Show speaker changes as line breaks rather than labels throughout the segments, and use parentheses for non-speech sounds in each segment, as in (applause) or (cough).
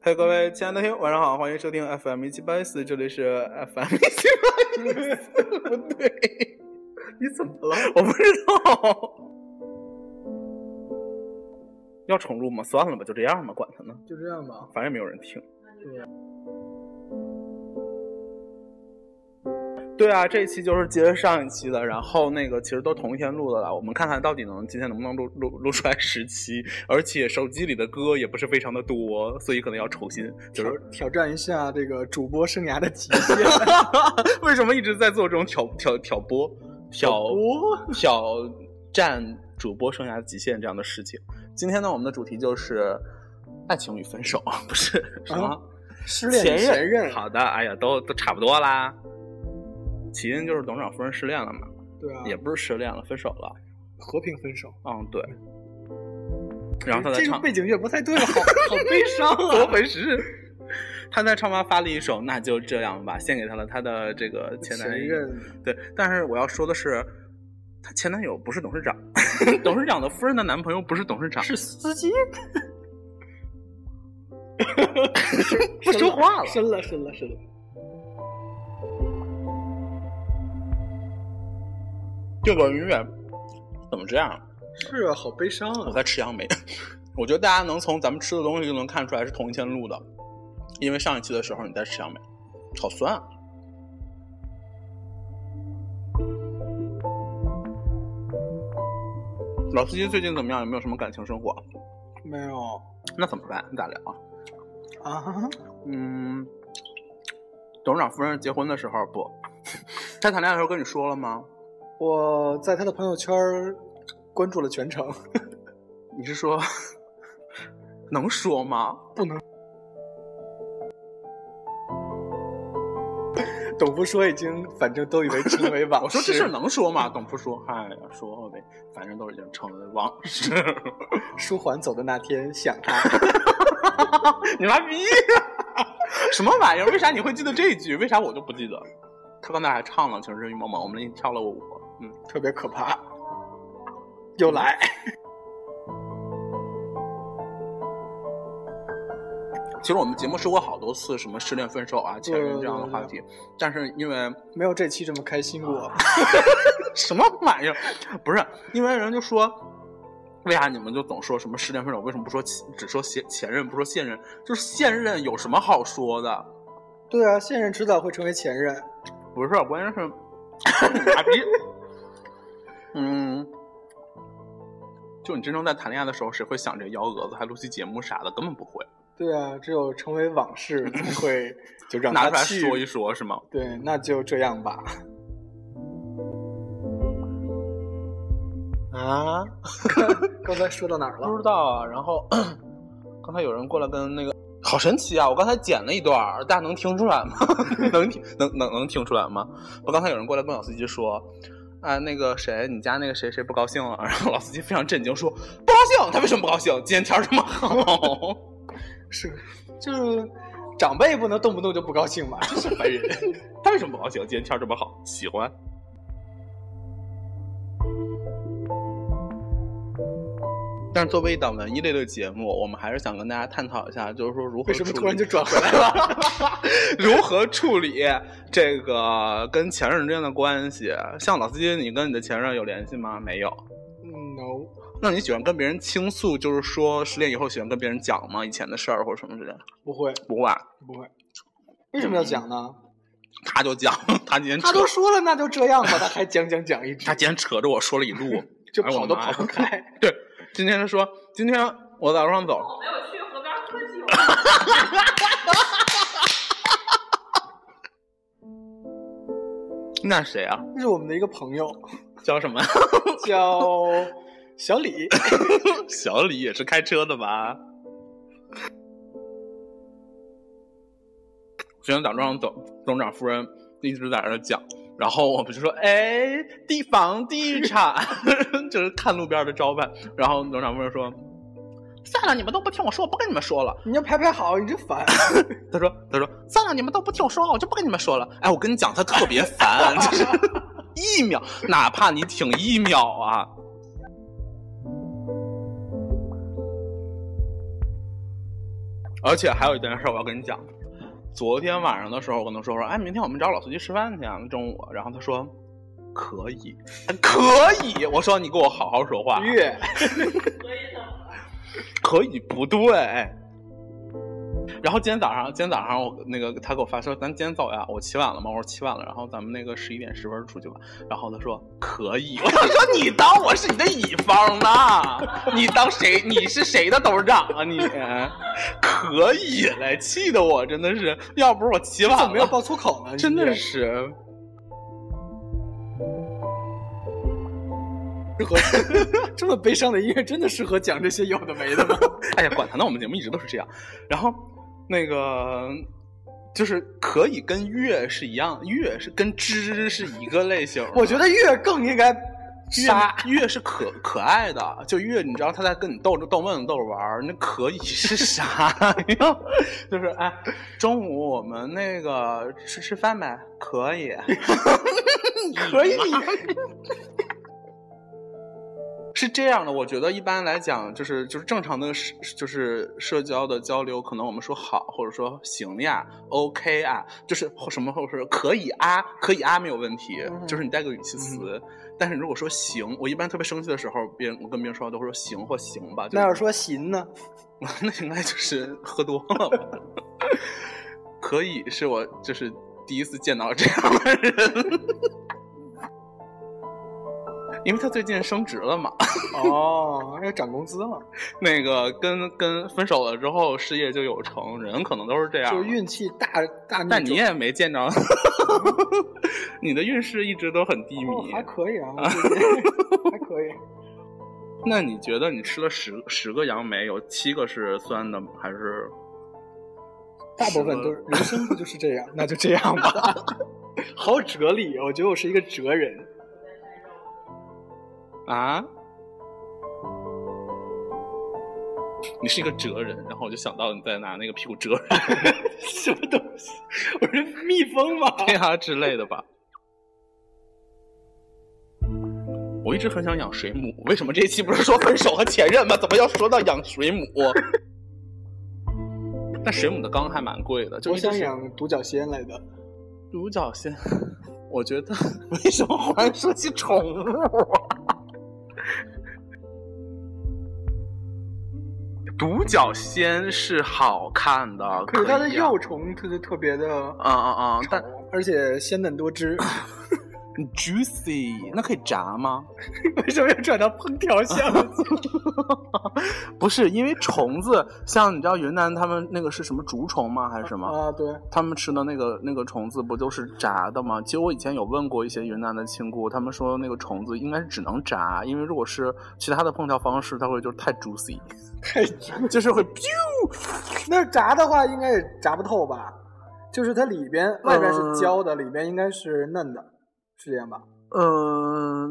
嗨，各位亲爱的听友，晚上好，欢迎收听 FM 一七八一四，这里是 FM 一七八一四，不对，
你怎么了？
我不知道。要重录吗？算了吧，就这样吧，管他呢，
就这样吧。
反正也没有人听。
对呀
对啊，这一期就是接着上一期的，然后那个其实都同一天录的了，我们看看到底能今天能不能录录录出来十期，而且手机里的歌也不是非常的多，所以可能要重新就
挑
是。
挑战一下这个主播生涯的极
(laughs)
限。
为什么一直在做这种挑挑挑拨
(laughs)
挑
播
(laughs) 挑战主播生涯极限这样的事情？今天呢，我们的主题就是爱情与分手， (laughs) 不是什么、
啊失恋
前
与前
任
任，
好的，哎呀，都都差不多啦。起因就是董事长夫人失恋了嘛，
对啊，
也不是失恋了，分手了。
和平分手。
嗯，对。然后他在
这个
唱，
背景乐不太对了，啊好好悲伤
(laughs) 怎么
啊！
回事？他在唱吧发了一首《那就这样吧》，献给他了他的这个前男
前
友。
任
对，但是我要说的是，她前男友不是董事长， (laughs) 董事长的夫人的男朋友不是董事长，
是司机， (laughs)
不说话了。
深了，深了，深了。
这个音乐怎么这样？
是啊，好悲伤
我
啊！
在吃杨梅。 (laughs) 我觉得大家能从咱们吃的东西就能看出来是同一天录的，因为上一期的时候你在吃杨梅，好酸啊！老司机最近怎么样？有没有什么感情生活？
没有
那怎么办？你咋聊啊？
啊，
嗯，董事长夫人结婚的时候不，他谈恋爱的时候跟你说了吗？
我在他的朋友圈儿关注了全程， (laughs)
你是说能说吗？
不能。董不说已经，反正都已为成为往事。
我说这事儿能说吗？董不说，哎呀，说呗，反正都已经成为往事。
舒缓走的那天想他，
(laughs) 你妈逼！ (laughs) 什么玩意儿？为啥你会记得这一句？为啥我就不记得？他刚才还唱了《情深深雨蒙蒙》，我们那天跳了个舞。嗯，
特别可怕。 (laughs) 又来，
其实我们节目说过好多次什么失恋、分手啊、前任这样的话题，但是因为 (laughs)
没有这期这么开心过。
啊什么玩意儿？不是，因为人就说，为啥你们就总说什么失恋分手？为什么不说前只说前前任，不说现任？就是现任有什么好说的？
对啊，现任迟早会成为前任。
不是，关键是傻逼。嗯，就你真正在谈恋爱的时候，谁会想这幺蛾子，还录期节目啥的，根本不会
对啊，只有成为往
(laughs)
事，才会就让
拿
他
出来
去。
说一说，是吗？
对，那就这样吧。
啊，
刚才说到哪儿
不
了？
知道啊。然后刚才有人过来跟那个，好神奇啊！我刚才剪了一段儿，大家能听出来吗？ (laughs) 能听能能能听出来吗？我刚才有人过来跟老司机说。啊，那个谁，你家那个谁谁不高兴了、 (laughs) 然后老司机非常震惊说：“不高兴，他为什么不高兴？今天天儿这么好。”
是，就是长辈不能动不动就不高
(laughs)
兴吧？
真是烦人。他为什么不高兴？今天天儿这么好，喜欢。但是作为一档文艺类的节目，我们还是想跟大家探讨一下，就是 (laughs) 说如何
为什么
处
突然
理
就转回来了？
如何处理这个跟前任之间的关系？像老司机，你跟你的前任有联系吗？没有。
嗯 no，
那你喜欢跟别人倾诉，就是说失恋以后喜欢跟别人讲吗？以前的事儿或者什么之类的？
不会，
不会，
不会。为什么要讲呢？
嗯他就讲，他今天扯
他，都说了，那就这样吧，他还讲讲讲一直
(laughs) 他，今天扯着我说了一路。
就
哎哎我
跑都
的妈
跑
呀
不开。
对，今天他说今天我在路上走，
没有去河边喝酒。
(laughs) 那谁啊？
这是我们的一个朋友，
叫什么？ (laughs)
叫小李。
小李也是开车的吧？学生党上董董事长夫人一直在那儿讲，然后我们就说：“哎，地房地产， (laughs) 就是看路边的招牌。”然后董事长夫人说：“算了，你们都不听我说，我不跟你们说了。”
你要排排好，你真
(laughs)
烦。
他说：“他说算了，你们都不听我说话，我就不跟你们说了。”哎，我跟你讲，他特别烦，就是一秒，哪怕你挺一秒啊。而且还有一件事儿我要跟你讲，昨天晚上的时候，我跟他说说，哎，明天我们找老司机吃饭去啊，中午。然后他说可以， (laughs) 可以。我说你给我好好说话， (laughs)
月，
可以不对。然后今天早上，今天早上我那个他给我发说，咱今天走呀？我起晚了吗？我说起晚了，然后咱们那个十一点十分出去吧。然后他说可以， (laughs) 我想说你当我是你的乙方呢？你当谁？你是谁的董事长啊你？ (laughs) 可以嘞，气得我真的是，要不是我起晚
怎
了，
么没有爆粗口呢？
真的
是
是。
适合 (laughs) 这么悲伤的音乐，真的适合讲这些有的没的吗？ (laughs)
哎呀，管他呢，我们节目一直都是这样。然后那个就是可以跟月是一样，月是跟知是一个类型的。
我觉得月更应该杀。
月月是可可爱的，就月，你知道他在跟你逗着逗闷逗着玩儿，那可以是啥 (laughs) 呀？就是哎，中午我们那个吃吃饭呗，可
(laughs)
以，
可以，
是这样的，我觉得一般来讲，就是就是正常的社就是社交的交流，可能我们说好，或者说行呀，OK 啊，就是或什么或者是可以啊，可以啊没有问题，
嗯
就是你带个语气词。但是如果说行，我一般特别生气的时候，别人我跟别人说话都会说行或行吧，就
那要是说行
(laughs)
呢？
那应该就是喝多了吧。 (laughs) 可以是我就是第一次见到这样的人，因为他最近升职了嘛。
哦，要涨工资了，
那个跟跟分手了之后事业就有成，人可能都是这样。啊
就是，运嗯气大大逆转。
但你也没见着， (laughs) 你的运势一直都很低迷。
哦还
(laughs)
可以啊，我觉得还可以。
那你觉得你吃了十十个杨梅，有七个是酸的还是？
大部分都是人生不就是这样？那就这样吧。
(laughs)
好有哲理，我觉得我是一个哲人。
啊？你是一个哲人，然后我就想到你在拿那个屁股 (laughs) 折人
什么东西？我是蜜蜂吗？
呀啊之类的吧。我一直很想养水母，为什么这一期不是说分手和前任吗？怎么要说到养水 (laughs) 母？但水母的缸还蛮贵的，就
我
一直
想
是啊
养独角仙来的。
独角仙。我觉得为什么忽然说起宠物啊？独角仙是好看的，
可是它的
以啊
幼虫特别特别的
啊啊啊！但
丑，而且鲜嫩多汁。
juicy 那可以炸吗？
为什么要转到烹调项目？
不是因为虫子，像你知道云南他们那个是什么竹虫吗？ (laughs) 还是什么？
啊，对， (laughs)
他们吃的那个那个虫子不就是炸的吗？其实我以前有问过一些云南的亲姑，他们说那个虫子应该是只能炸，因为如果是其他的烹调方式，它会就是太 juicy， (laughs)
太直。
就是会 biu
那炸的话应该也炸不透吧？就是它里边外边是焦的，里边应该是嫩的，是这样吧？
嗯，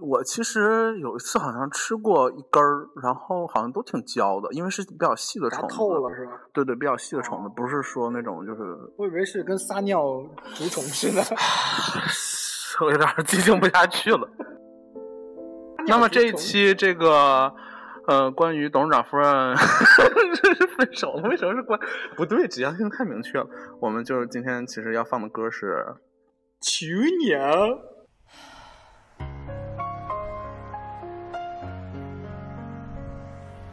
我其实有一次好像吃过一根儿，然后好像都挺焦的，因为是比较细的
炸
虫子。
透了是吧？
对对，比较细的虫子，不是说那种就是 (sighs)
我以为是跟撒尿除虫
(laughs)
似的。
我有点儿进行不下去了。那么这一期这个呃，关于董事长夫人这是 (laughs) 分手了，为什么是关？不对，指向性太明确了。我们就是今天其实要放的歌是，
求你啊！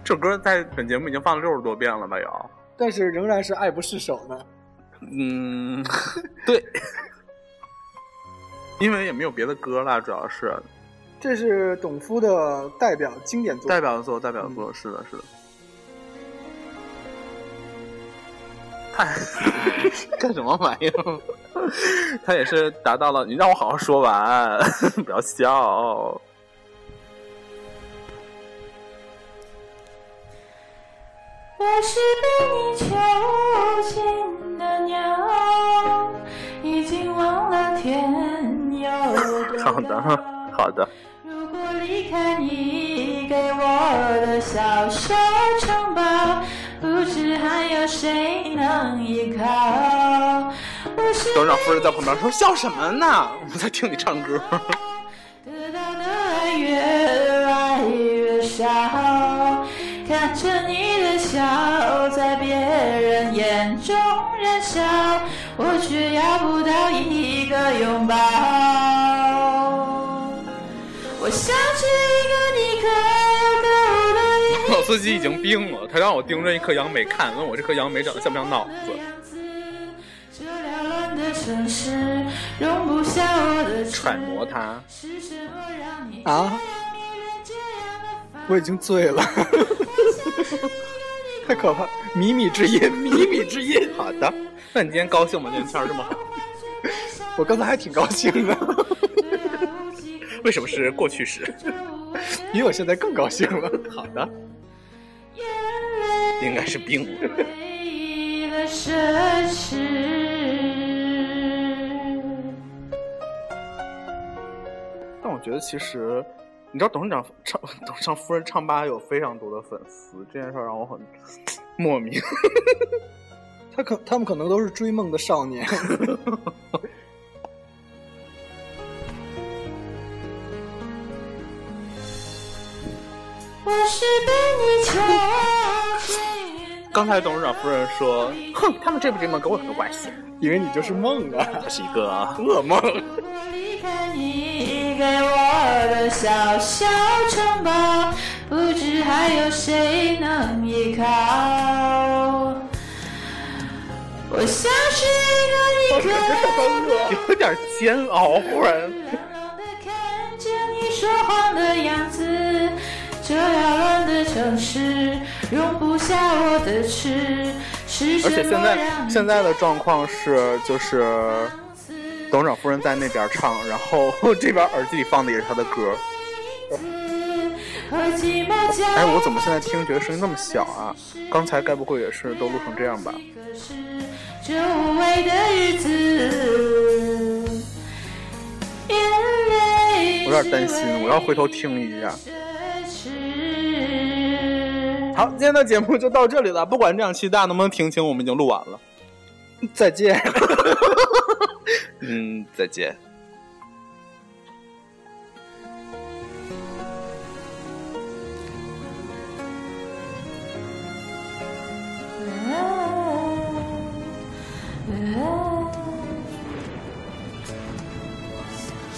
这首歌在本节目已经放了六十多遍了吧？有，
但是仍然是爱不释手呢。
嗯，对， (laughs) 因为也没有别的歌了，主要是
这是董夫的代表经典作
代
品。
表作，代表作，是的，是的。太 (laughs) 干什么玩意儿？他也是达到了，你让我好好说完， (laughs) 不要笑。
我是被你囚禁的鸟，已经忘了天有多
好的，
高。
好的，
如果离开你给我的小小城堡，不知还有谁能依靠。我是
董事长夫人在旁边说：“笑什么呢？我们在听你唱歌。
得到的爱越来越少，看着你的笑在变笑，我却要不到一个拥抱。我想起一个你可有
(laughs) (laughs)
可无的眼睛
老司机已经病了，他让我盯着一棵杨梅看，问我这棵杨梅长得像不像脑子。
这缭乱的城市容不下我的痴
揣摩他，
是什么让你
啊，
让你人这样的烦
我已经醉了， (laughs) 太可怕！靡靡之音，靡 (laughs) 靡之音。
(laughs) (laughs) 好的，那你今天高兴吗？今天天儿这么好，
(laughs) 我刚才还挺高兴的，
为什么是过去式？
(laughs) 比我现在更高兴了。 (laughs)
好的，应该是病
(laughs)
了。
唯一的奢侈。
但我觉得其实，你知道董事长唱 (laughs) 董事长夫人唱吧有非常多的粉丝，这件事儿让我很莫名。
他可他们可能都是追梦的少年。
我是被你囚禁。
刚才董事长夫人
(laughs)
说：“哼，他们追不追梦跟我有什么关系？
因为你就是梦 (laughs) 啊，
他是一 (laughs) 个
噩梦。
我离开你给我的小小城堡，不知还有谁能依靠。我像是一个你可
哦有点煎熬，忽然
冷冷的看着你说谎的样子，这扰乱的城市容不下我的痴。是什
而
么
且现在
让你
现在的状况是，就是
放肆
董事长夫人在那边唱，然后 (laughs) 这边耳机里放的也是他的歌。
和寂寞交
哎，我怎么现在听觉得声音那么小啊？刚才该不会也是都录成这样吧？
可是这无味的日子，眼泪
我有点担心，我要回头听一下。
是为奢侈
好，今天的节目就到这里了。不管这两期大家能不能听清，我们已经录完了。
再见。
嗯，再见。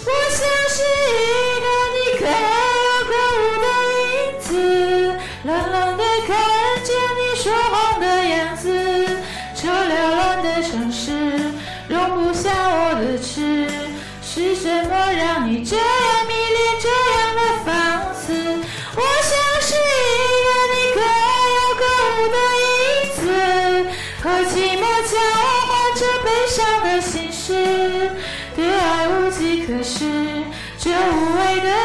我像是一个你可有可无的影子，冷冷的看着你说谎的样子。这缭乱的城市容不下我的痴，是什么让你这样迷恋，这样的放肆？我像是一个你可有可无的影子，和寂寞交换着悲伤的心事，对爱无计可施，这无味的